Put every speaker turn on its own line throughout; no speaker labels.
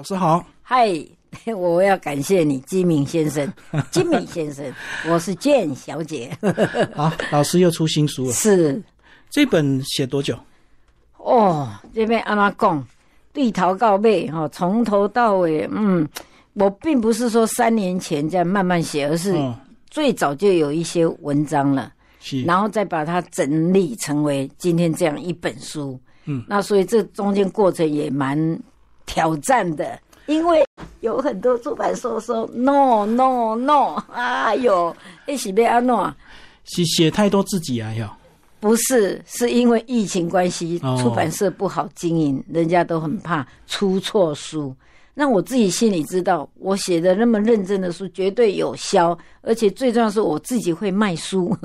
老师好，
嗨， 我要感谢你，金敏先生，金敏先生，我是健小姐，
啊，老师又出新书了。
是
这本写多久？
哦，这边安妈讲，对头告背哈，从头到尾，嗯，我并不是说三年前这样慢慢写，而是
嗯，
最早就有一些文章了，
是
然后再把它整理成为今天这样一本书。
嗯，
那所以这中间过程也蛮挑战的，因为有很多出版社说 no no no，哎呦，一起被安诺。
是写太多自己啊要。
不是，是因为疫情关系
哦，
出版社不好经营，人家都很怕出错书。那我自己心里知道，我写的那么认真的书绝对有销，而且最重要是我自己会卖书。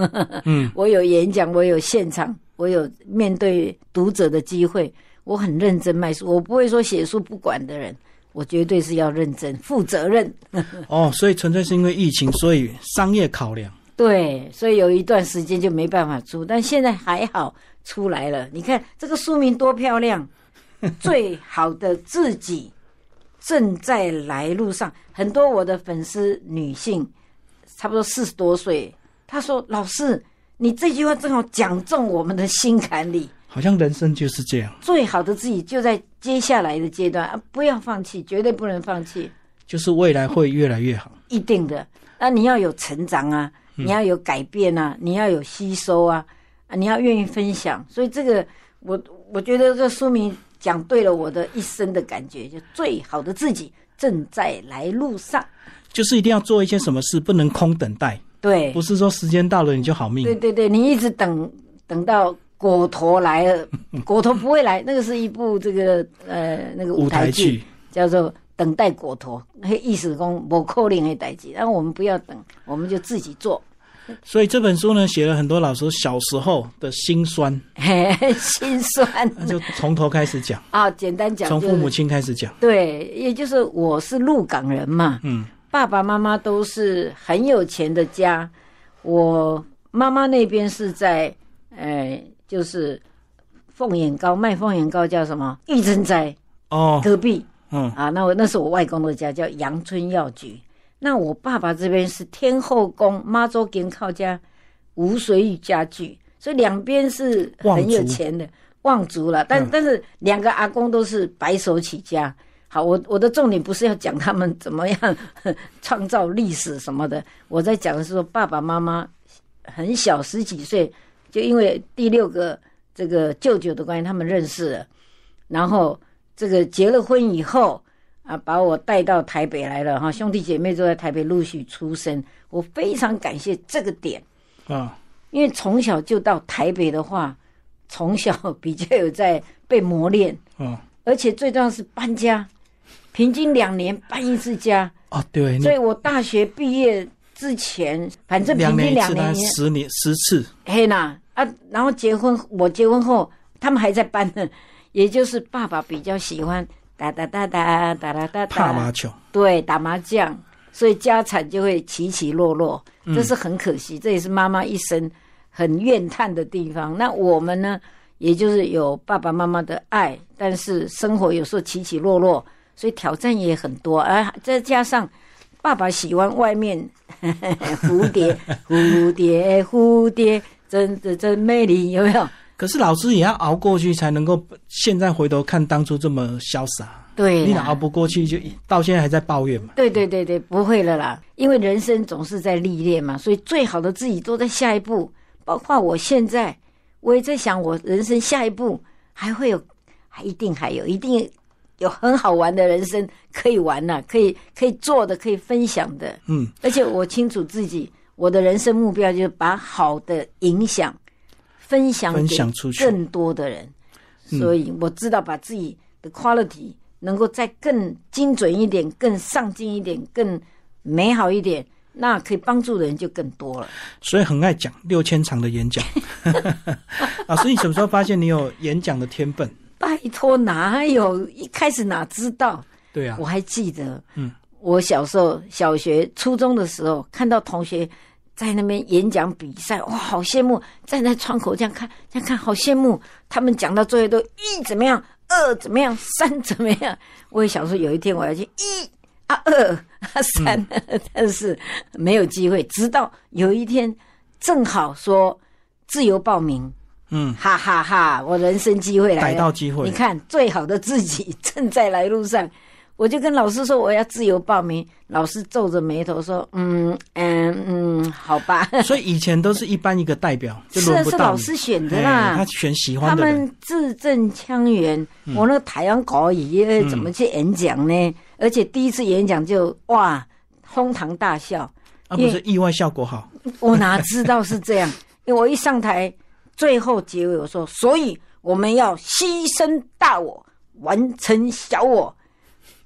嗯，
我有演讲，我有现场，我有面对读者的机会，我很认真卖书，我不会说写书不管的人，我绝对是要认真、负责任。嗯
哦，所以纯粹是因为疫情，所以商业考量。
对，所以有一段时间就没办法出，但现在还好出来了。你看这个书名多漂亮，最好的自己正在来路上。很多我的粉丝女性，差不多四十多岁，她说：“老师，你这句话正好讲中我们的心坎里。
好像人生就是这样，
最好的自己就在接下来的阶段，啊、不要放弃，绝对不能放弃。”
就是未来会越来越好。
一定的。那你要有成长啊，
嗯
你要有改变啊，你要有吸收啊，啊你要愿意分享。所以这个，我我觉得这书名讲对了我的一生的感觉，就最好的自己正在来路上。
就是一定要做一些什么事，不能空等待，
对
不，是说时间到了你就好命
对。对对，你一直等等到。果陀 来了，果陀不会来。那个是一部这个呃那个舞
舞
台
台
剧，
剧
叫做等待果陀，那意思讲无可能的代志。但我们不要等，我们就自己做。
所以这本书呢，写了很多老师小时候的辛酸，
嘿，心酸
那就从头开始讲，
啊！简单 讲、就
从
是，
父母亲开始讲。
对，也就是我是鹿港人嘛，
嗯，
爸爸妈妈都是很有钱的家，我妈妈那边是在，呃，就是凤眼糕卖凤眼糕叫什么玉珍斋
哦，
隔壁，
嗯，
啊，那我那是我外公的家，叫阳春药局。那我爸爸这边是天后宫妈祖跟靠家吴水玉家具，所以两边是很有钱的望族了。但、但是两个阿公都是白手起家。好，我我的重点不是要讲他们怎么样 创造历史什么的，我在讲的是说爸爸妈妈很小十几岁，就因为第六个这个舅舅的关系，他们认识了，然后这个结了婚以后啊，把我带到台北来了哈，兄弟姐妹都在台北陆续出生，我非常感谢这个点，
啊，
因为从小就到台北的话，从小 比较有在被磨练，
哦，
而且最重要是搬家，平均两年搬一次家，
哦，对，你
所以我大学毕业之前，反正
两
平
年
均
一
两
次，
年
他
一
十年十次，
嘿啦啊，然后结婚，我结婚后他们还在搬呢，也就是爸爸比较喜欢打打打打打打打
怕麻
打，
球。
对，打麻将，所以家产就会起起落落，这是很可惜，这也是妈妈一生很怨叹的地方。那我们呢，也就是有爸爸妈妈的爱，但是生活有时候起起落落，所以挑战也很多，而、再加上。爸爸喜欢外面 蝴蝶， 蝴蝶，蝴蝶，真的真美丽，有没有？
可是老师也要熬过去，才能够现在回头看当初这么潇洒。
对啊
你哪熬
啦，
不过去，就到现在还在抱怨嘛？
对对对对，不会了啦，因为人生总是在历练嘛，所以最好的自己都在下一步。包括我现在，我也在想，我人生下一步还会有，还一定还有，一定有很好玩的人生可以玩呐、可以可以做的，可以分享的。
嗯，
而且我清楚自己，我的人生目标就是把好的影响分享
分
给
享出去嗯
更多的人，所以我知道把自己的 quality 能够再更精准一点、更上进一点、更美好一点，那可以帮助的人就更多了。
所以很爱讲六千场的演 讲。老师，你什么时候发现你有演讲的天分？
拜托，哪有一开始哪知道？
对啊
我，还记得，
嗯，
我小时候小学、初中的时候，看到同学在那边演讲比赛，哇，好羡慕！站在窗口这样看，这样看，好羡慕。他们讲到最后都一怎么样，二怎么样，三怎么样？我也想说有一天我要去一啊二啊三，但是没有机会。直到有一天正好说自由报名，
嗯，
哈哈哈我人生机会来
逮
了。
到机会
你，看，最好的自己正在来路上。 我就跟老师说我要自由报名，老师皱着眉头说：“嗯嗯嗯，好吧，
所以以前都是一般一个代表， 就是
啊，
轮不
是
到
老
你。
师选的
哎
啦。
他选喜
他
欢的人，嗯
们字正腔圆，我那个台湾国语呃怎么去演讲呢？而且第一次演讲就哇哄堂大笑，
啊，不是意外效果好，
我哪知道是这样？因为我一上台，最后结尾我说，所以我们要牺牲大我，完成小我。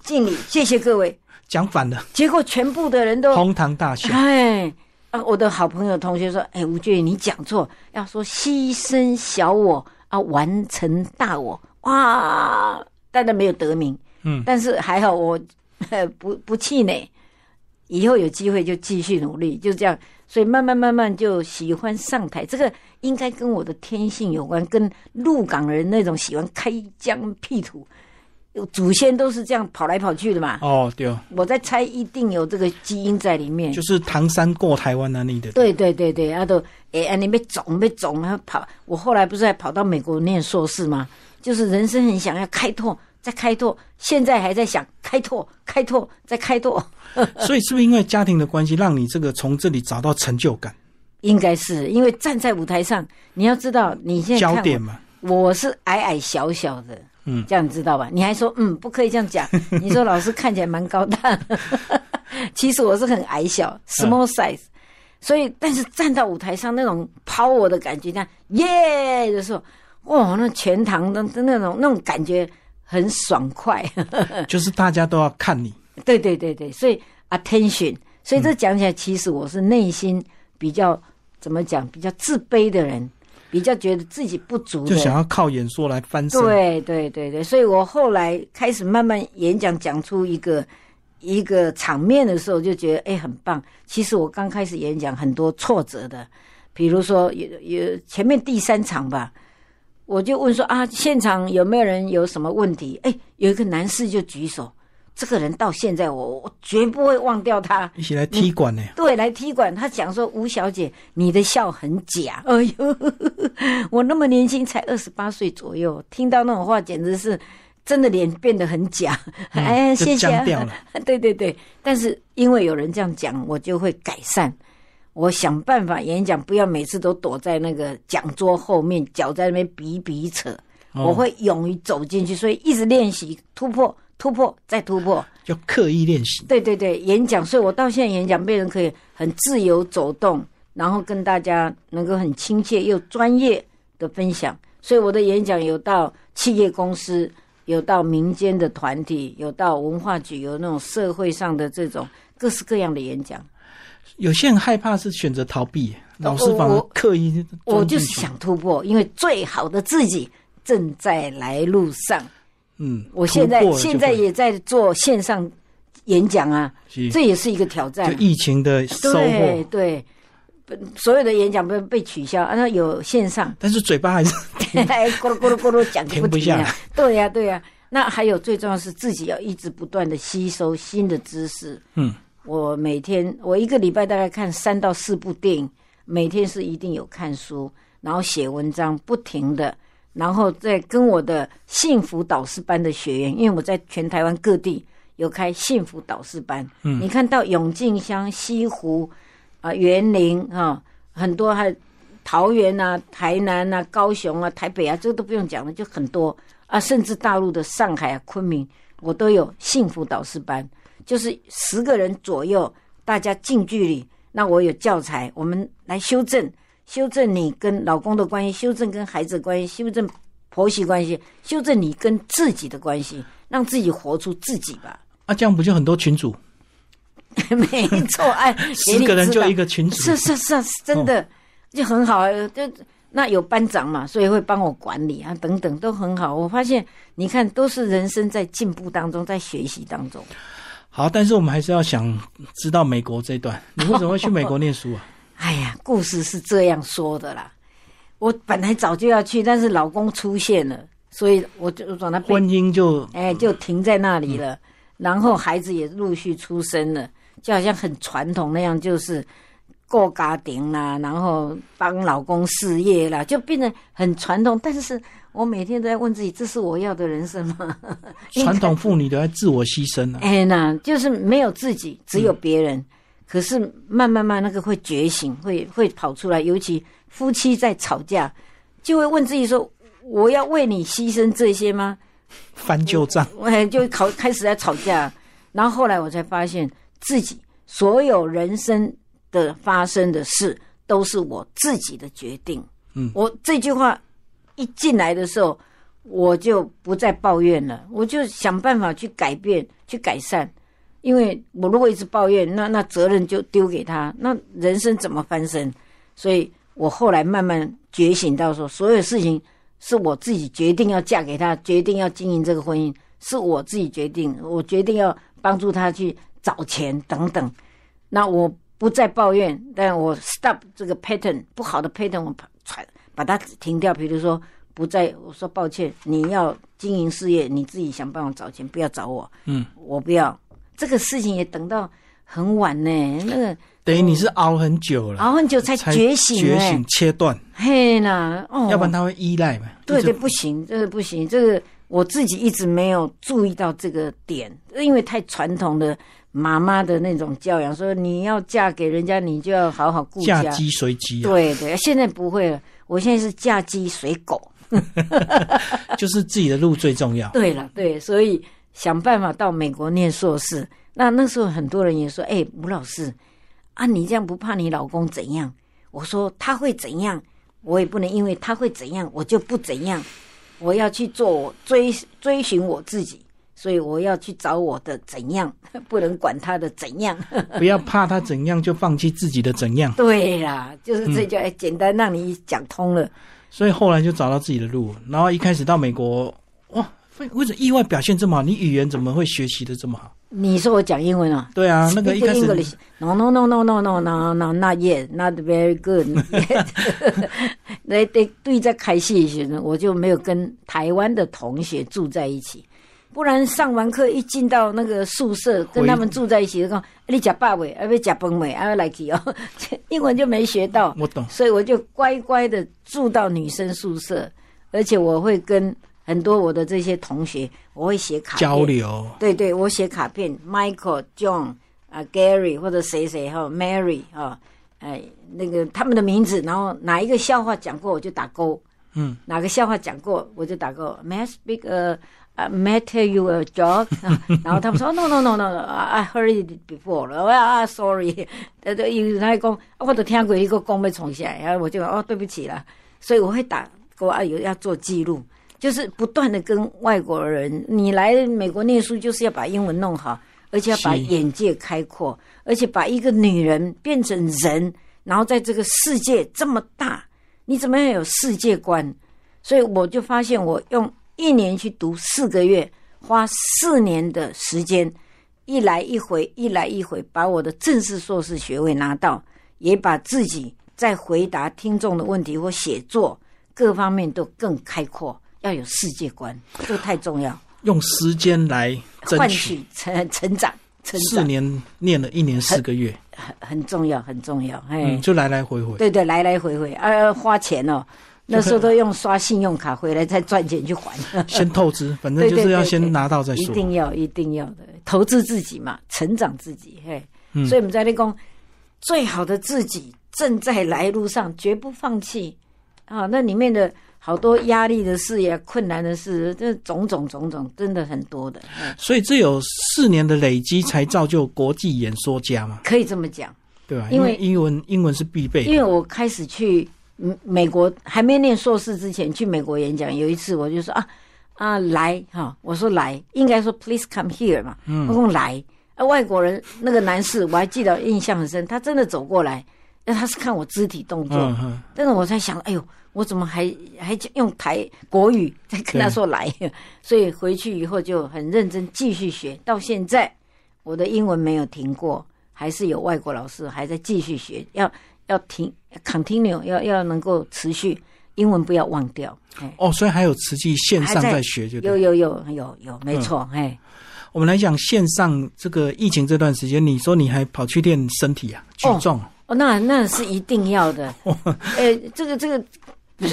敬礼，谢谢各位。
讲反了，
结果全部的人都
哄堂大笑。
哎，啊，我的好朋友同学说，哎，吴俊宇你讲错，要说牺牲小我啊，完成大我。哇，当然没有得名，
嗯，
但是还好我呃不不气馁，以后有机会就继续努力，就这样。所以慢慢慢慢就喜欢上台，这个应该跟我的天性有关，跟陆港人那种喜欢开疆辟土，有祖先都是这样跑来跑去的嘛。
哦，对哦，
我在猜，一定有这个基因在里面。
就是唐山过台湾那里的，
对对对对，啊都哎，啊你被肿被肿，然后啊跑。我后来不是还跑到美国念硕士吗？就是人生很想要开拓，再开拓，现在还在想开拓、开拓、再开拓，
所以是不是因为家庭的关系，让你这个从这里找到成就感
应该是因为站在舞台上，你要知道你现在看
焦
我
点嘛？
我是矮矮小小的，
嗯，
这样你知道吧？你还说嗯，不可以这 样讲。你说老师看起来蛮高大的， 其实我是很矮小，small
嗯
size。所以，但是站到舞台上那种抛我的感觉，那样耶的时候，哇，那全堂的那种那种感觉很爽快。 嗯
就是大家都要看你，
对对对对，所以 attention，所以这讲起来，其实我是内心比较怎么讲，比较自卑的人，比较觉得自己不足的
就
人。
想要靠演说来翻身。
对对对对，所以我后来开始慢慢演讲，讲出一个一个场面的时候，就觉得哎、很棒。其实我刚开始演讲很多挫折的，比如说有有前面第三场吧，我就问说啊，现场有没有人有什么问题？哎、有一个男士就举手，这个人到现在我我绝不会忘掉他。
一起来踢馆呢、
对，来踢馆，他讲说吴小姐，你的笑很假。哎呦， 我那么年轻，才二十八岁左右，听到那种话，简直是真的脸变得很假。 哎，
嗯就
谢谢、
僵
啊。
掉了
对对对，但是因为有人这样讲，我就会改善。我想办法演讲，不要每次都躲在那个讲桌后面，脚在那边比比扯。
哦
我会勇于走进去，所以一直练习突破、突破再突破。
哦要刻意练习。
对对对，演讲，所以我到现在演讲被人可以很自由走动，然后跟大家能够很亲切又专业的分享。所以我的演讲有到企业公司，有到民间的团体，有到文化局，有那种社会上的这种各式各样的演讲。
有些人害怕是选择逃避，老师反而
哦我
刻意
我
钻进
哦
去
就是，想突破，因为最好的自己正在来路上。
嗯，
我现
突
在
破了就
现在
会
也在做线上演讲啊，
是
这也是一个挑战
就。疫情的收
对
获，
对，本所有的演讲被被取消，啊，那有线上，
但是嘴巴还是
哎，咕噜咕噜咕噜讲个
停不
停
下
啊
来。
对呀、对呀、那还有最重要的是自己要一直不断的吸收新的知识。
嗯，
我每天我一个礼拜大概看三到四部电影，每天是一定有看书，然后写文章，不停的。然后再跟我的幸福导师班的学员，因为我在全台湾各地有开幸福导师班，嗯，你看到永靖乡、西湖啊、园林啊，很多还有桃园啊、台南啊、高雄啊、台北啊，这个都不用讲了，就很多啊，甚至大陆的上海啊、昆明，我都有幸福导师班，就是十个人左右，大家近距离。那我有教材，我们来修正，修正你跟老公的关系，修正跟孩子的关系，修正婆媳关系，修正你跟自己的关系，让自己活出自己吧。
啊，这样不就很多群主，
没错，哎，
十个人就一
个。
个群主
是，是是啊，是真的、就很好啊，就那有班长嘛，所以会帮我管理啊，等等都很好。我发现你看，都是人生在进步当中，在学习当中。
好，但是我们还是要想知道美国这一段，你为什么会去美国念书 啊？
哎呀，故事是这样说的啦。我本来早就要去，但是老公出现了，所以我就把它
婚姻就
哎就停在那里
嗯
了。然后孩子也陆续出生了，就好像很传统那样，就是过家庭啦，然后帮老公事业啦，就变得很传统。但是我每天都在问自己，这是我要的人生吗？
传统妇女都在自我牺牲啊。
哎，那就是没有自己，只有别人。可是慢慢慢那个会觉醒，会会跑出来。尤其夫妻在吵架，就会问自己说：我要为你牺牲这些吗？
翻旧账，
哎，就吵开始在吵架，然后后来我才发现自己所有人生的发生的事都是我自己的决定。
嗯，
我这句话一进来的时候，我就不再抱怨了，我就想办法去改变、去改善。因为我如果一直抱怨，那那责任就丢给他，那人生怎么翻身？所以我后来慢慢觉醒到说，所有事情是我自己决定要嫁给他，决定要经营这个婚姻，是我自己决定，我决定要帮助他去找钱等等。那我不再抱怨，但我 stop 这个 pattern 不好的 pattern，我把把它停掉。比如说，不再我说抱歉，你要经营事业，你自己想办法找钱，不要找我。
嗯，
我不要这个事情也等到很晚呢、那个
等于你是熬很久了，
熬很久才觉醒、
觉
哎
醒切断，
嘿啦，哦，
要不然他会依赖嘛。
对
一直
对，不行，这个不行，这个我自己一直没有注意到这个点，因为太传统的妈妈的那种教养，说你要嫁给人家，你就要好好顾
嫁
家。
鸡随鸡啊，
对对，现在不会了，我现在是嫁鸡随狗。
就是自己的路最重要。
对了，对，所以想办法到美国念硕士。那那时候很多人也说：“哎、吴老师啊，你这样不怕你老公怎样？”我说：“他会怎样，我也不能因为他会怎样，我就不怎样。我要去做我追追寻我自己，所以我要去找我的怎样， 不能管他的怎样。
不要怕他怎样就放弃自己的怎样，
对啦，就是这句，哎简单让你讲通了。
所以后来就找到自己的路。然后一开始到美国，哇，为为什么意外表现这么好？你语言怎么会学习的这么好？
你说我讲英文啊？
对 啊，那个一
Speak
开始
English. No, no, no, no, no, no, no, no, not yet, not very good. 那对对，在开戏的时候，我就没有跟台湾的同学住在一起，不然上完课一进到那个宿舍，跟他们住在一起，就讲
嗯
你讲爸尾，啊不讲崩尾，啊来去哦， 英文就没学到。
我懂，
所以我就乖乖的住到女生宿舍，而且我会跟很多我的这些同学，我会写卡片
交流
对对，我写卡片，Michael、John 啊、Gary 或者谁谁哈、Mary 啊，哎，那个他们的名字，然后哪一个笑话讲过我就打勾，
嗯，
哪个笑话讲过我就打勾。May I speak a a matter you a joke？啊 然后他们说 No No No No No，I heard it before。我啊，sorry，呃， 对，有他讲，啊我都听过一个讲要重下，然后我就哦，对不起啦，所以我会打勾啊，有要做记录。就是不断的跟外国人，你来美国念书就是要把英文弄好，而且要把
是
眼界开阔，而且把一个女人变成人，然后在这个世界这么大，你怎么样有世界观？所以我就发现，我用一年去读四个月，花四年的时间，一来一回，一来一回，把我的正式硕士学位拿到，也把自己在回答听众的问题或写作各方面都更开阔，要有世界观，这个太重要，
用时间来争
换
取。
取成成长，成
四
长
年念了一年四个月，
很很重要，很重要，哎。
嗯，就来来回回。
对对，来来回回，啊，花钱哦，那时候都用刷信用卡回来再赚钱去还。
先透支，反正
对
就是要
对对对
先拿到再
一
说。
定要一定要的，投资自己嘛，成长自己。嘿，
嗯
所以我们在那讲，最好的自己正在来路上，绝不放弃啊！那里面的好多压力的事呀，困难的事，这种种种种，真的很多的，嘿
所以这有四年的累积，才造就国际演说家嘛，
可以这么讲。
对吧？
因
因
为
为英文英文是必备
因
的，
为我开始去嗯美国，还没念硕士之前去美国演讲，有一次我就说啊啊来哈、我说来，应该说 please come here 嘛，我说来，啊外国人那个男士我还记得印象很深，他真的走过来，那他是看我肢体动作，
嗯嗯，
但是我在想，哎呦，我怎么还还用台国语在跟他说来？ 所以回去以后就很认真继续学，到现在我的英文没有停过，还是有外国老师还在继续学，要要停 continue，要要能够持续。英文不要忘掉。哎
哦，所以还有实际线上
还在
在学，就对了
有有有有有，没错，哎、
我们来讲线上这个疫情这段时间，你说你还跑去练身体啊，举重啊，
哦，那那是一定要的。哎，这个这个、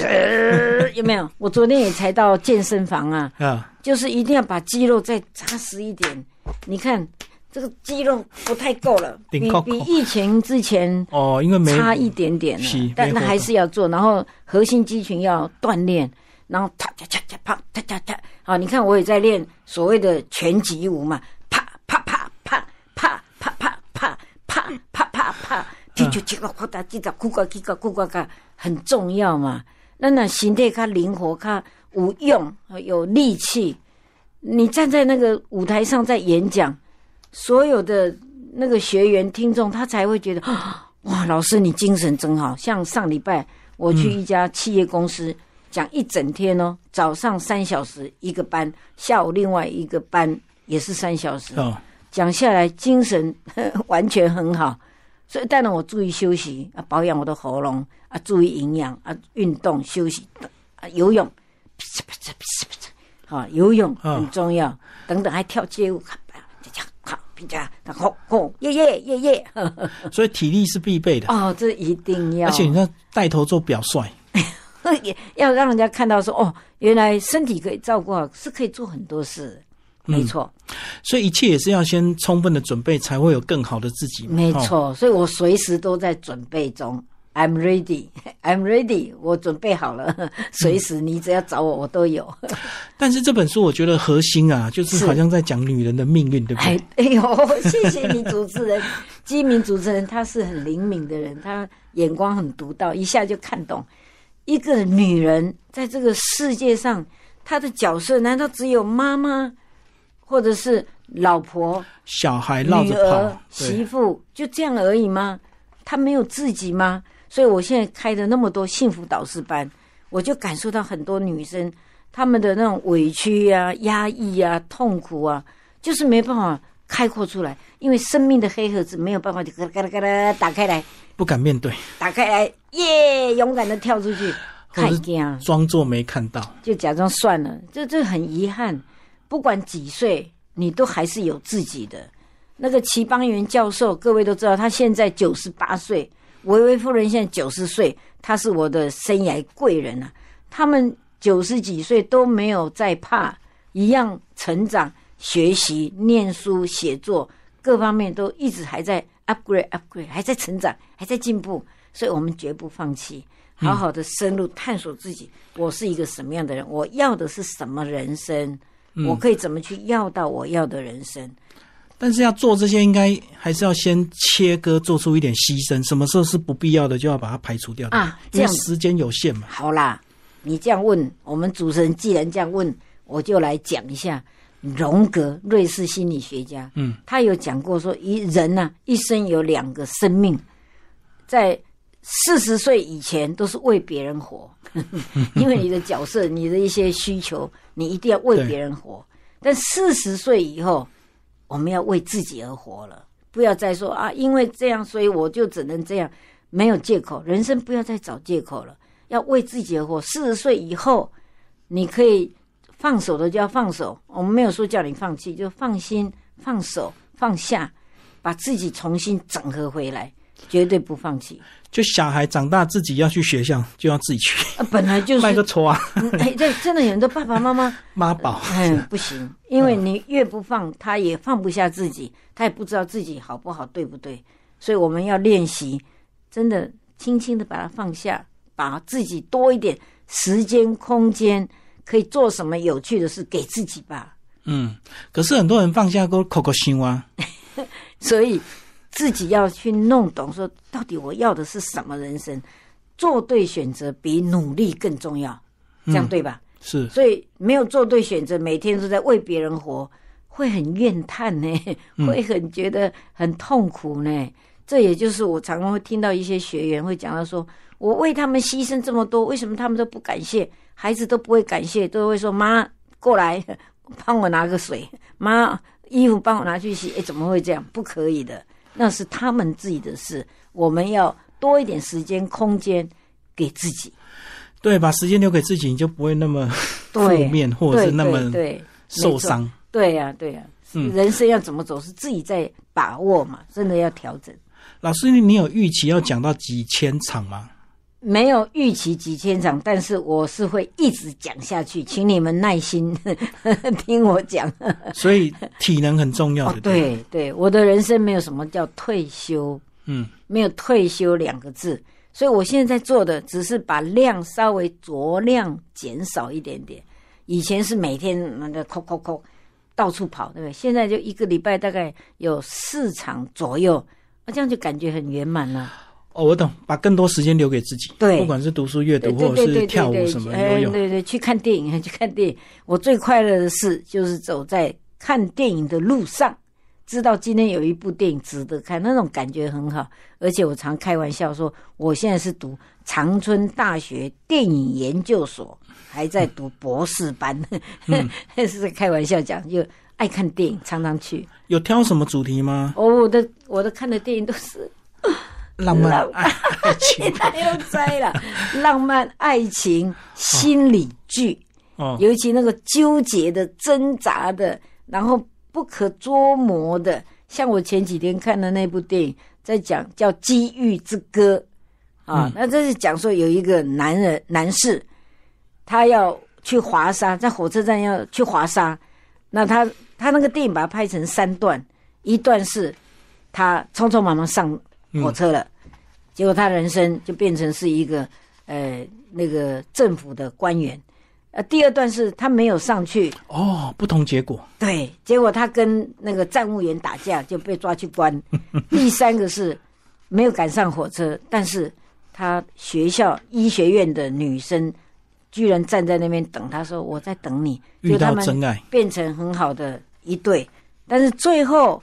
呃有没有？我昨天也才到健身房啊，
啊
就是一定要把肌肉再扎实一点。你看这个肌肉不太够了，比
顶扣扣
比疫情之前
哦，因为没
差一点点了
是，
但
没
那
活
还
动
是要做。然后核心肌群要锻炼，然后啪啪啪啪啪啪啪啪。好，你看我也在练所谓的拳击舞嘛，啪啪啪啪啪啪啪啪啪啪啪啪，踢球踢个扩大，踢个酷个踢个酷个个，很重要嘛。那那形态它灵活，它有用，有力气。你站在那个舞台上在演讲，所有的那个学员听众，他才会觉得 啊哇，老师你精神真好。像上礼拜我去一家企业公司讲一整天哦，早上三小时一个班，下午另外一个班也是三小时，
哦，
讲下来精神完全很好。所以当然我注意休息啊，保养我的喉咙啊，注意营养啊，运动休息啊，游泳，啊，游泳很重要，等等还跳街舞，咔吧咔嚓咔比较，然后吼耶耶耶耶，呵呵
所以体力是必备的，
哦，这一定要，
而且你要带头做表率，
也要让人家看到说，哦，原来身体可以照顾好，是可以做很多事，没错，
所以一切也是要先充分的准备，才会有更好的自己嘛。
没
哦
错，所以我随时都在准备中。I'm ready, I'm ready，我准备好了，随时你只要找我，我都有。
但是这本书我觉得核心啊，就是
是
好像在讲女人的命运，对不
哎
对？
哎呦，谢谢你主持人， 机敏主持人他是很灵敏的人，他眼光很独到，一下就看懂一个女人在这个世界上她的角色，难道只有妈妈或者是老婆、
小孩绕
女
着
儿
跑、，
媳
对，
妇就这样而已吗？她没有自己吗？所以我现在开的那么多幸福导师班，我就感受到很多女生她们的那种委屈啊、压抑啊、痛苦啊，就是没办法开阔出来，因为生命的黑盒子没有办法就嘎啦嘎啦嘎啦打开来，
不敢面对，
打开来，耶，勇敢的跳出去，
或
太
者
惊
是装作没看到。
就假装算了，这这很遗憾。不管几岁，你都还是有自己的。那个齐邦媛教授，各位都知道，他现在九十八岁，维维夫人现在九十岁，他是我的生涯贵人啊。他们九十几岁都没有在怕，一样成长、学习、念书、写作各方面都一直还在 upgrade、upgrade，还在成长，还在进步，所以我们绝不放弃，好好的深入探索自己，我是一个什么样的人，我要的是什么人生，我可以怎么去要到我要的人生。
但是要做这些，应该还是要先切割，做出一点牺牲。什么时候是不必要的，就要把它排除掉的
啊
因为
这样子
时间有限嘛。
好啦，你这样问，我们主持人既然这样问，我就来讲一下荣格，瑞士心理学家，嗯，他有讲过说，一人呢、一生有两个生命，在四十岁以前都是为别人活， 因为你的角色、你的一些需求，你一定要为
对
别人活。但四十岁以后，我们要为自己而活了，不要再说啊，因为这样，所以我就只能这样，没有借口。人生不要再找借口了，要为自己而活。四十岁以后，你可以放手的就要放手，我们没有说叫你放弃，就放心、放手、放下，把自己重新整合回来，绝对不放弃。
就小孩长大自己要去学校，就要自己去
啊，本来就
卖个
是，
戳 啊，
嗯哎，对，真的有很多爸爸妈妈。
妈宝。
嗯，不行，因为你越不放，他也放不下自己，他也不知道自己好不好，对不对？所以我们要练习，真的轻轻的把它放下，把自己多一点时间、空间，可以做什么有趣的事给自己吧。
嗯，可是很多人放下过口口心啊，
所以自己要去弄懂，说到底我要的是什么人生，做对选择比努力更重要，这样对吧？
是
所以没有做对选择，每天都在为别人活，会很怨叹呢，
嗯
会很觉得很痛苦呢。这也就是我常常会听到一些学员会讲到说，我为他们牺牲这么多，为什么他们都不感谢？孩子都不会感谢，都会说妈过来 帮我拿个水，妈衣服帮我拿去洗。哎，怎么会这样？不可以的，那是他们自己的事。我们要多一点时间、空间给自己。
对，把时间留给自己，你就不会那么负
对，
面，或者是那么
对
受伤。
对呀对呀，
嗯
人生要怎么走是自己在把握嘛，真的要调整。
老师，你有预期要讲到几千场吗？
没有预期几千场，但是我是会一直讲下去，请你们耐心 听我讲。
所以体能很重要
哦
的，，不，
对对，我的人生没有什么叫退休，
嗯，
没有退休两个字，所以我现在做的只是把量稍微酌量减少一点点。以前是每天那个扣扣扣到处跑，对不对？现在就一个礼拜大概有四场左右，啊，这样就感觉很圆满了。
哦，我懂，把更多时间留给自己，
对
不管是读书、阅
对
读，
对
或
对
者
对对
是跳舞什么游
哎
泳，
对对，去看电影， 去看电影。我最快乐的事就是走在看电影的路上，知道今天有一部电影值得看，那种感觉很好。而且我常开玩笑说，我现在是读长春大学电影研究所，还在读博士 班，
嗯
是开玩笑讲，就爱看电影，常常去。
有挑什么主题吗？
哦，我的我的看的电影都是
浪漫
浪、，
爱、 爱情
太悠哉了，浪漫、爱情、心理剧。
哦，
尤其那个纠结的、挣扎的，然后不可捉摸的，像我前几天看的那部电影，在讲叫《机遇之歌》啊，那这是讲说有一个男人男士，他要去华沙，在火车站要去华沙，那他他那个电影把它拍成三段，一段是他匆匆忙忙上火车了，结果他人生就变成是一个呃那个政府的官员。呃，第二段是他没有上去，
哦，不同结果，
对，结果他跟那个站务员打架就被抓去 关。第三个是没有赶上火车，但是他学校医学院的女生居然站在那边等他说我在等你，
遇
就他
到
们
真爱，
变成很好的一对，但是最后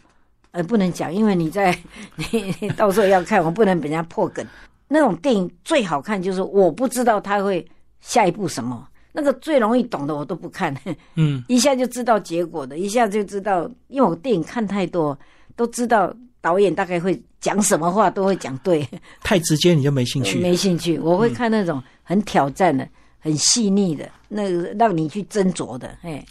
呃不能讲，因为你在 你你到时候要看，我不能给人家破梗。那种电影最好看就是我不知道他会下一步什么，那个最容易懂的我都不看，
嗯，
一下就知道结果的，一下就知道，因为我电影看太多，都知道导演大概会讲什么话，都会讲对。
太直接你就没兴
我
趣，
嗯没兴趣，我会看那种很挑战的、很细腻的，那个让你去斟酌的，哎嘿。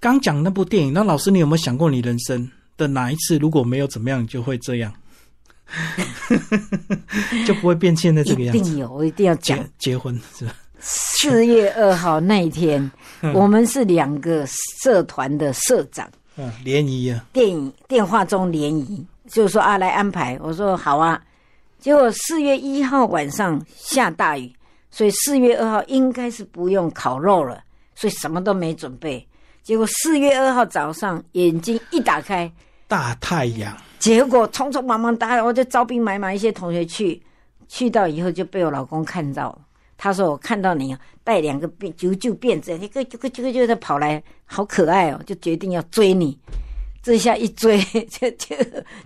刚讲那部电影，那老师，你有没有想过你人生的哪一次如果没有怎么样，你就会这样， 就不会变现在这个
一
样子？
定有，我一定要讲
结。结婚是吧？
四月二号那一天，我们是两个社团的社长，
嗯，联谊啊，
电影电话中联谊，就说啊来安排，我说好啊。结果四月一号晚上下大雨，所以四月二号应该是不用烤肉了，所以什么都没准备。结果四月二号早上眼睛一打开，
大太阳，
结果匆匆忙忙搭，我就招兵买马，一些同学去，去到以后就被我老公看到了。他说：“我看到你啊带两个辫九九辫子，一个这个这个就在跑来，好可爱哦！”就决定要追你。这下一追，就就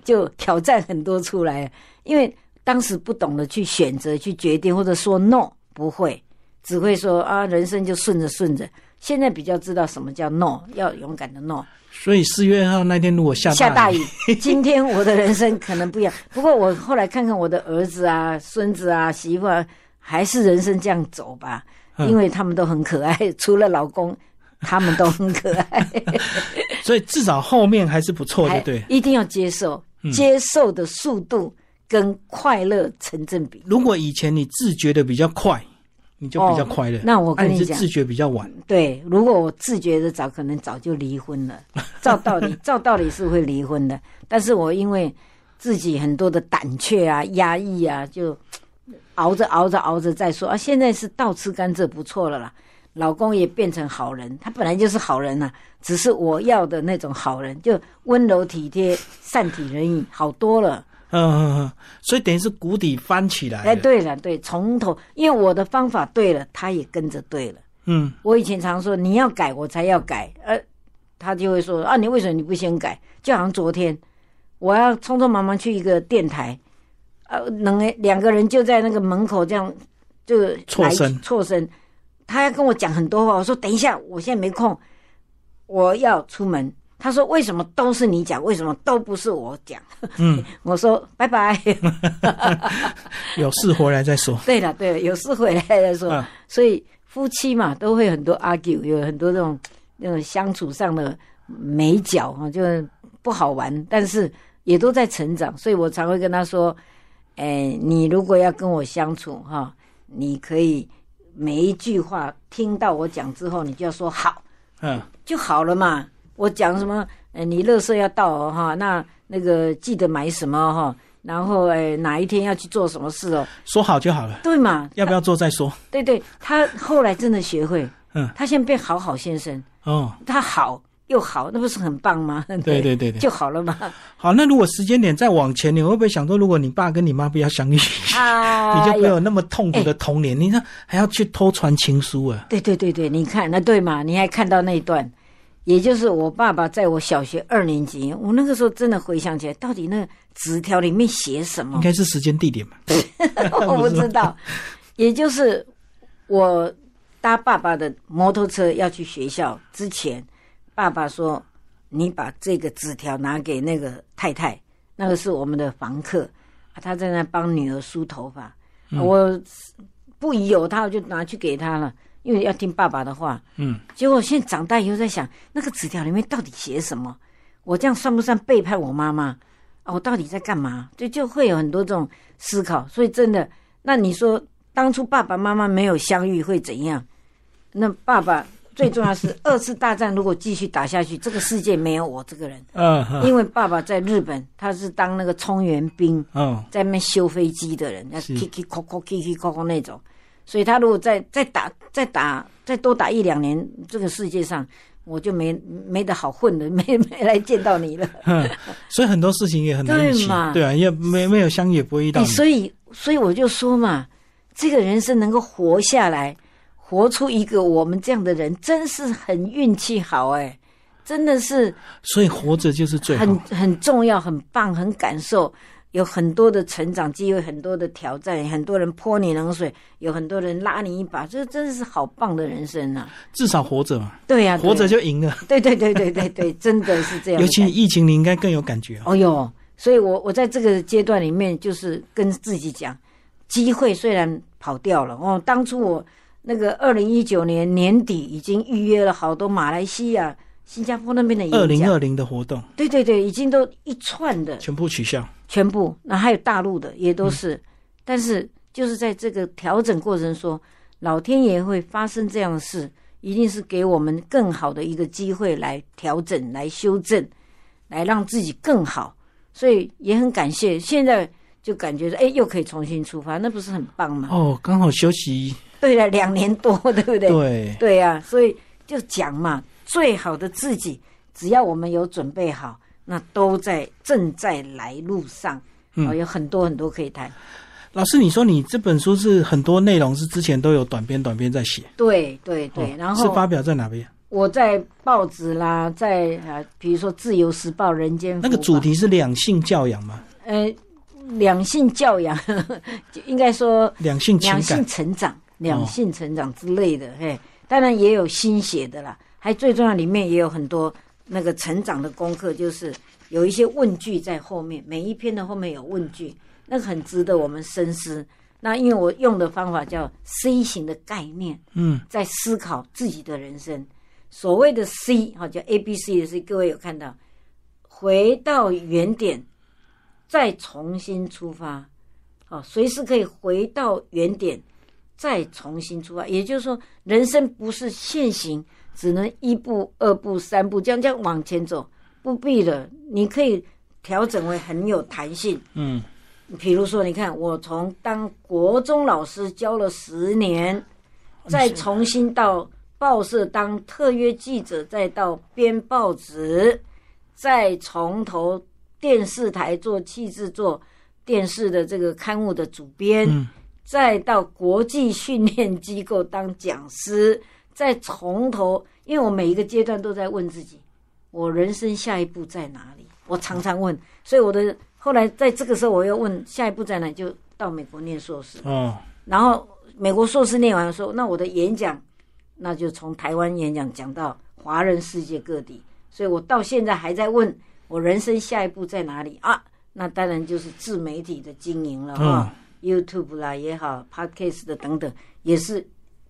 就挑战很多出来了，因为当时不懂得去选择、去决定，或者说 no 不会，只会说啊，人生就顺着顺着。现在比较知道什么叫 no，要勇敢的 no。
所以四月二号那天如果下
下
大
大雨。 今天我的人生可能不一样，不过我后来看看我的儿子啊、孙子啊、媳妇啊，还是人生这样走吧，
嗯
因为他们都很可爱，除了老公，他们都很可 爱，
所以至少后面还是不错的，
还
对。
一定要接受，接受的速度跟快乐成正比。
如果以前你自觉的比较快，你就比较快乐。
哦那我跟
啊
你
你是
讲
自觉比较晚，
对，如果我自觉的早，可能早就离婚了。照道理，照道理是会离婚的，但是我因为自己很多的胆怯啊、压抑啊，就熬着熬着熬着再说啊。现在是倒吃甘蔗不错了啦，老公也变成好人，他本来就是好人呐、只是我要的那种好人，就温柔体贴、善体人意，好多了。
嗯嗯嗯，所以等于是谷底翻起来了。
哎，对了，对，从头，因为我的方法对了，他也跟着对了。
嗯，
我以前常说你要改我才要改，呃，他就会说啊，你为什么你不先改？就好像昨天我要匆匆忙忙去一个电台，呃，能两个人就在那个门口这样就来
错身
错身，他要跟我讲很多话，我说等一下，我现在没空，我要出门，他说为什么都是你讲，为什么都不是我讲？
嗯，
我说拜拜。
有事回来再说。
对了，对了，有事回来再说。
嗯
所以夫妻嘛，都会很多 argue，有很多这种那种相处上的美角啊，就是不好玩，但是也都在成长。所以我常会跟他说：“哎，你如果要跟我相处哈、你可以每一句话听到我讲之后，你就要说好。”
嗯
就好了嘛。我讲什么，呃，你垃圾要到哦哈，那那个记得买什么哦哈，然后哎哪一天要去做什么事哦，
说好就好了，
对嘛？
要不要做再说。
对对，他后来真的学会，
嗯，
他现在变好好先生，
哦，
他好又好，那不是很棒吗？
对对对对。
就好 了嘛。
好，那如果时间点再往前，你会不会想说，如果你爸跟你妈不要相遇， 你
啊，
就没有那么痛苦的童年？你看还要去偷传情书啊？
对对对对，你看那对嘛？你还看到那一段，也就是我爸爸在我小学二年级，我那个时候真的回想起来，到底那纸条里面写什么
应？该是时间地点嘛。
我不知道，也就是我搭爸爸的摩托车要去学校之前，爸爸说：“你把这个纸条拿给那个太太，那个是我们的房客，啊他在那帮女儿梳头发。啊我不疑有他，我就拿去给他了，因为要听爸爸的话。
嗯，
结果现在长大以后在想，那个纸条里面到底写什么？我这样算不算背叛我妈妈？啊，我到底在干嘛？就就会有很多这种思考。所以真的，那你说当初爸爸妈妈没有相遇会怎样？那爸爸最重要是 二次大战如果继续打下去，这个世界没有我这个人，
嗯嗯
因为爸爸在日本他是当那个冲援兵，
嗯
在那边修飞机的人，要
是
kiki koko kiki koko 那种。所以他如果再再打再打再多打一两年，这个世界上我就没没得好混了， 没没来见到你了。
嗯， 所以很多事情也很难一
对
起，
嘛
对啊，也没没有相遇也不会遇到
哎，
你。
所以所以我就说嘛，这个人生能够活下来，活出一个我们这样的人，真是很运气好哎、真的是
所以活着就是最好
很。很重要，很棒，很感受。有很多的成长机会，很多的挑战，很多人泼你冷水，有很多人拉你一把，这真的是好棒的人生啊！
至少活着嘛，
对呀、对呀
活着，就赢了。
对对对对对对，真的是这样的感觉。
尤其疫情，你应该更有感觉哦。
哦哟，所以我我在这个阶段里面，就是跟自己讲，机会虽然跑掉了哦，当初我那个二零一九年年底已经预约了好多马来西亚、新加坡那边的
二
演
零
讲，
二零的活动
对对对，已经都一串的
全部取消。
全部，那还有大陆的也都是，但是就是在这个调整过程说，老天爷会发生这样的事，一定是给我们更好的一个机会来调整、来修正、来让自己更好，所以也很感谢。现在就感觉哎，又可以重新出发，那不是很棒吗？
哦，刚好休息。
对了，两年多，对不对？
对，
对呀、所以就讲嘛，最好的自己，只要我们有准备好，那都在正在来路上。
嗯
哦，有很多很多可以谈。
老师，你说你这本书是很多内容是之前都有短篇短篇在写，
对对对，
哦
然
是
后
发表在哪边？
我在报纸啦，在啊，比如说《自由时报》《人间》
那个主，题是两性教养嘛，
呃，两性教养， 就应该说
两性情
两
感
性。成长、两性成长之类的，嘿，当然也有新写的啦，还最重要里面也有很多那个成长的功课，就是有一些问句在后面，每一篇的后面有问句，那个很值得我们深思。那因为我用的方法叫 C 型的概念，
嗯，
在思考自己的人生。所谓的 C 哈，叫 A B C 的 C，各位有看到？回到原点，再重新出发，哦，随时可以回到原点，再重新出发。也就是说，人生不是现行，只能一步、二步、三步这样这样往前走，不必了。你可以调整为很有弹性。
嗯，
比如说，你看，我从当国中老师教了十年，再重新到报社当特约记者，再到编报纸，再从头电视台做气质做电视的这个刊物的主编，
嗯
再到国际训练机构当讲师， 再从头，因为我每一个阶段都在问自己，我人生下一步在哪里？我常常问，所以我的后来在这个时候，我又问下一步在哪里，就到美国念硕士。
哦，
然后美国硕士念完说，那我的演讲，那就从台湾演讲讲到华人世界各地，所以我到现在还在问我人生下一步在哪里啊？那当然就是自媒体的经营了哈、YouTube 啦也好，Podcast 的等等，也是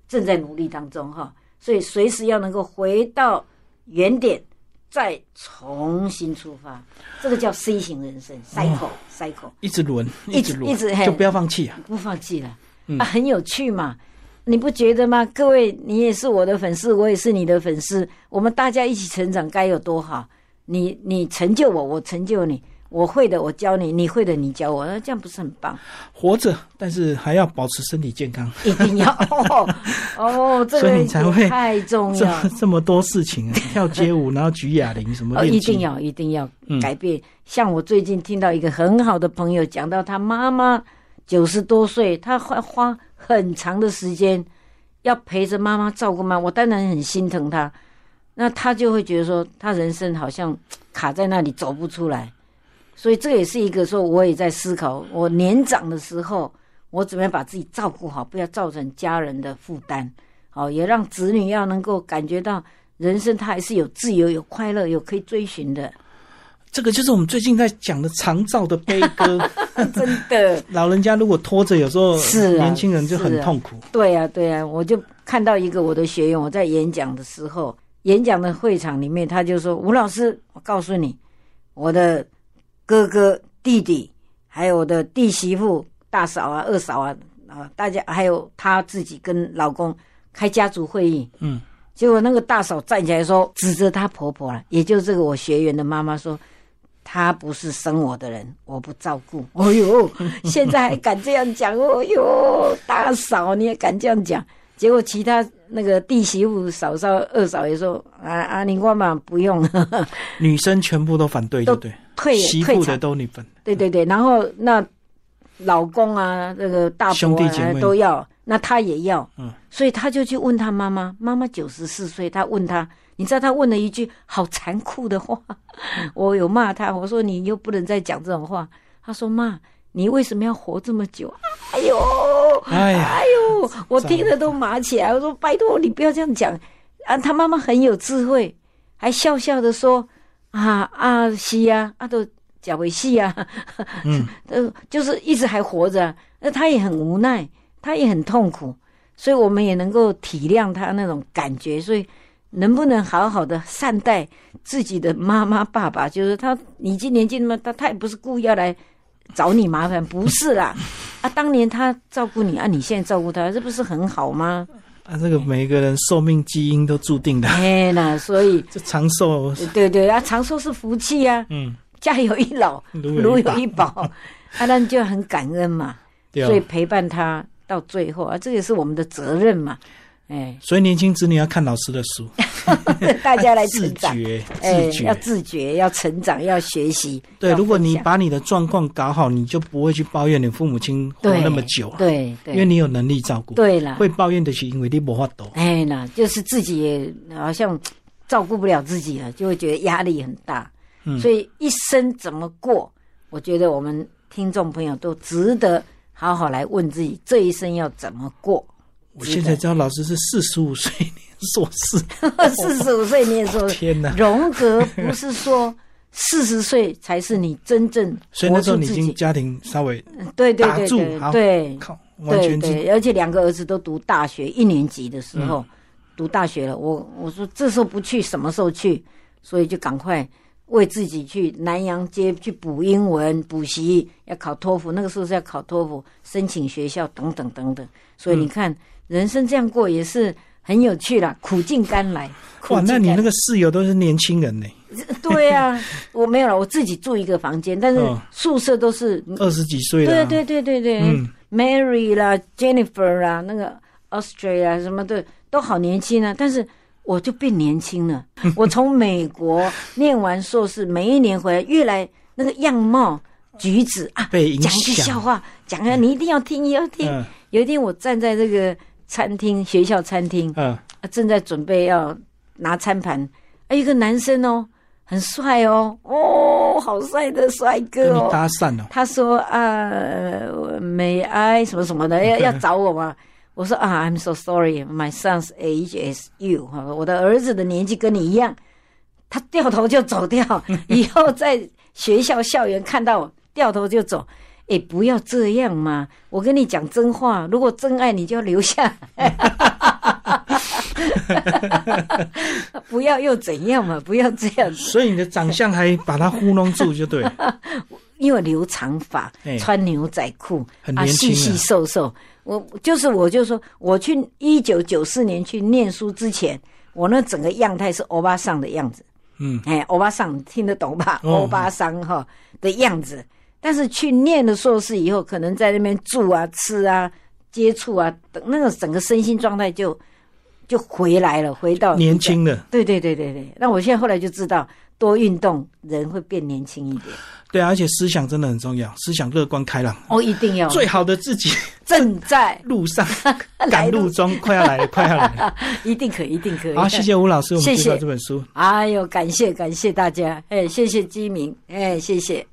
正在努力当中哈、所以随时要能够回到原点，再重新出发，这个叫 C 型人生，cycle cycle。
一直轮，
一直
直轮，
一直嘿
就不要放弃啊！
不放弃了，
嗯
啊，很有趣嘛，你不觉得吗？各位，你也是我的粉丝，我也是你的粉丝，我们大家一起成长该有多好！你你成就我，我成就你，我会的我教你，你会的你教我，那这样不是很棒？
活着，但是还要保持身体健康，
一定要 哦哦，这
所
个
以你才会
也太重
这
要了。
这么多事情啊， 跳街舞，然后举哑铃，什么嗯
哦，
练
一
筋
定要一定要改变。像我最近听到一个很好的朋友讲到，他妈妈九十多岁，他花花很长的时间要陪着妈妈照顾妈妈，我当然很心疼他。那他就会觉得说，他人生好像卡在那里走不出来，所以这也是一个说，我也在思考，我年长的时候，我怎么样把自己照顾好，不要造成家人的负担，好、也让子女要能够感觉到人生它还是有自由、有快乐、有可以追寻的，
这个就是我们最近在讲的长照的悲 歌。
真的。
老人家如果拖着，有时候
是啊
年轻人就很
是啊
痛苦。
对呀、对呀、啊我就看到一个我的学员，我在演讲的时候，演讲的会场里面，他就说：“吴老师，我告诉你，我的哥哥、弟弟，还有我的弟媳妇、大嫂啊、二嫂啊，啊，大家还有他自己跟老公开家族会议，
嗯，
结果那个大嫂站起来说，指着她婆婆了，也就是这个我学员的妈妈说，她不是生我的人，我不照顾。哎 呦，现在还敢这样讲，哎呦，大嫂你也敢这样讲？结果其他那个弟媳妇、嫂嫂、二嫂也说，啊啊，你干嘛不用 了，
女生全部都反对，就对，
退
媳
也退
妇
场
的。都你分，
对对对，然后那老公啊，那个大伯、啊、
兄弟姐妹
都要，那他也要，
嗯，
所以他就去问他妈妈，妈妈九十四岁，他问他，你知道他问了一句好残酷的话，
嗯
我有骂他，我说你又不能再讲这种话，他说妈，你为什么要活这么久？哎呦，
哎呀
哎呦，我听了都麻起来，我说拜托你不要这样讲啊，他妈妈很有智慧，还笑笑的说啊啊是呀、啊，啊都假啊维系呀、
嗯，
呃，就是一直还活着啊，那他也很无奈，他也很痛苦，所以我们也能够体谅他那种感觉。所以，能不能好好的善待自己的妈妈、爸爸？就是他，你已经年纪那么大，他也不是故意要来找你麻烦，不是啦。啊，当年他照顾你啊，你现在照顾他，这不是很好 吗？
啊，这个每个人寿命基因都注定的，
哎，那所以，
这长寿，
对对啊，常说是福气啊，
嗯，
家有一老，
如
如有
有
一
一
宝， 啊，那就很感恩嘛。
对
所以
啊，，
陪伴他到最后啊，这也是我们的责任嘛。哎
所以年轻子女要看老师的书，
大家来
自
成长，
觉，
哎
自，
要
觉。
自觉，要成长，要学习。
对，
要
如果
分
你
享
把你的状况搞好，你就不会去抱怨你父母亲活
对
那么久了，
对
因为
对
你有能力照顾。
对了，
会抱怨的是因为你没法度。
啊哎那就是自己也好像照顾不了自己了，就会觉得压力很大。
嗯
所以一生怎么过，我觉得我们听众朋友都值得好好来问自己，这一生要怎么过。
我现在知道老师是四十五岁念硕 士，
四十五岁你也说
哦天 哪！
荣格不是说四十岁才是你真正
所以那
活
时候
出
你
自
已
己
经，家庭稍微
对对
打
对
住
对
好
对
靠，完
对
全是
对，而且两个儿子都读大学一年级的时
嗯
候、读大学了，我我说这时候不去，什么时候去？所以就赶快为自己去南洋街去补英文补习，要考托福，那个时候是要考托福，申请学校等等等等。所以
嗯
你看，人生这样过也是很有趣啦，苦尽甘来。苦
哇，
尽
那
甘
你
来
那个室友都是年轻人呢，
对啊，我没有了，我自己住一个房间，但是
嗯
宿舍都是，
二十几岁了
对
啊，
对对对对、
嗯
m a r y 啦，Jennifer 啦，那个 Austria 啊什么的都好年轻啊，但是我就变年 轻了。我从美国念完硕士，每一年回来，越来那个样貌举止啊，
被影
讲一个笑
响。
话，讲啊，你一定要听，一定要听。
嗯
有一天我站在这个餐厅，学校餐 厅，
嗯，
啊，正在准备要拿餐盘，啊，一个男生哦，很帅哦，哦，好帅的帅
跟
哥
你
哦。
搭讪了，
他说啊，May I 什么什么的，要要找我吗？我说啊，I'm so sorry, my son's age is you，哈我的儿子的年纪跟你一样。他掉头就走掉，以后在学校校园看到我掉头就走。哎，不要这样嘛！我跟你讲真话，如果真爱你就要留下来， 不要又怎样嘛？不要这样子，
所以你的长相还把他糊弄住，就 对了，
因为留长发
哎，
穿牛仔裤，
很
啊，
年轻
细
啊
细瘦瘦。我就是我就说，我去一九九四年去念书之前，我那整个样态是欧巴桑的样子。
嗯，
哎，欧巴桑听得懂吧？
哦
欧巴桑哈的样子，但是去念了硕士以后，可能在那边住啊、吃啊、接触啊，等那个整个身心状态就就回来了，回到
年。轻了。
对对对对对，那我现在后来就知道，多运动人会变年轻一点。
对啊，而且思想真的很重要，思想乐观开朗，
哦，一定要
最好的自 己
正在
路上赶路中，快要来了，快要来 了。
一定可以，一定可以。
好，谢谢吴老师，我们
谢
介绍
谢
这本书。
哎呦，感谢感谢大家，哎，谢谢基民，哎，谢谢。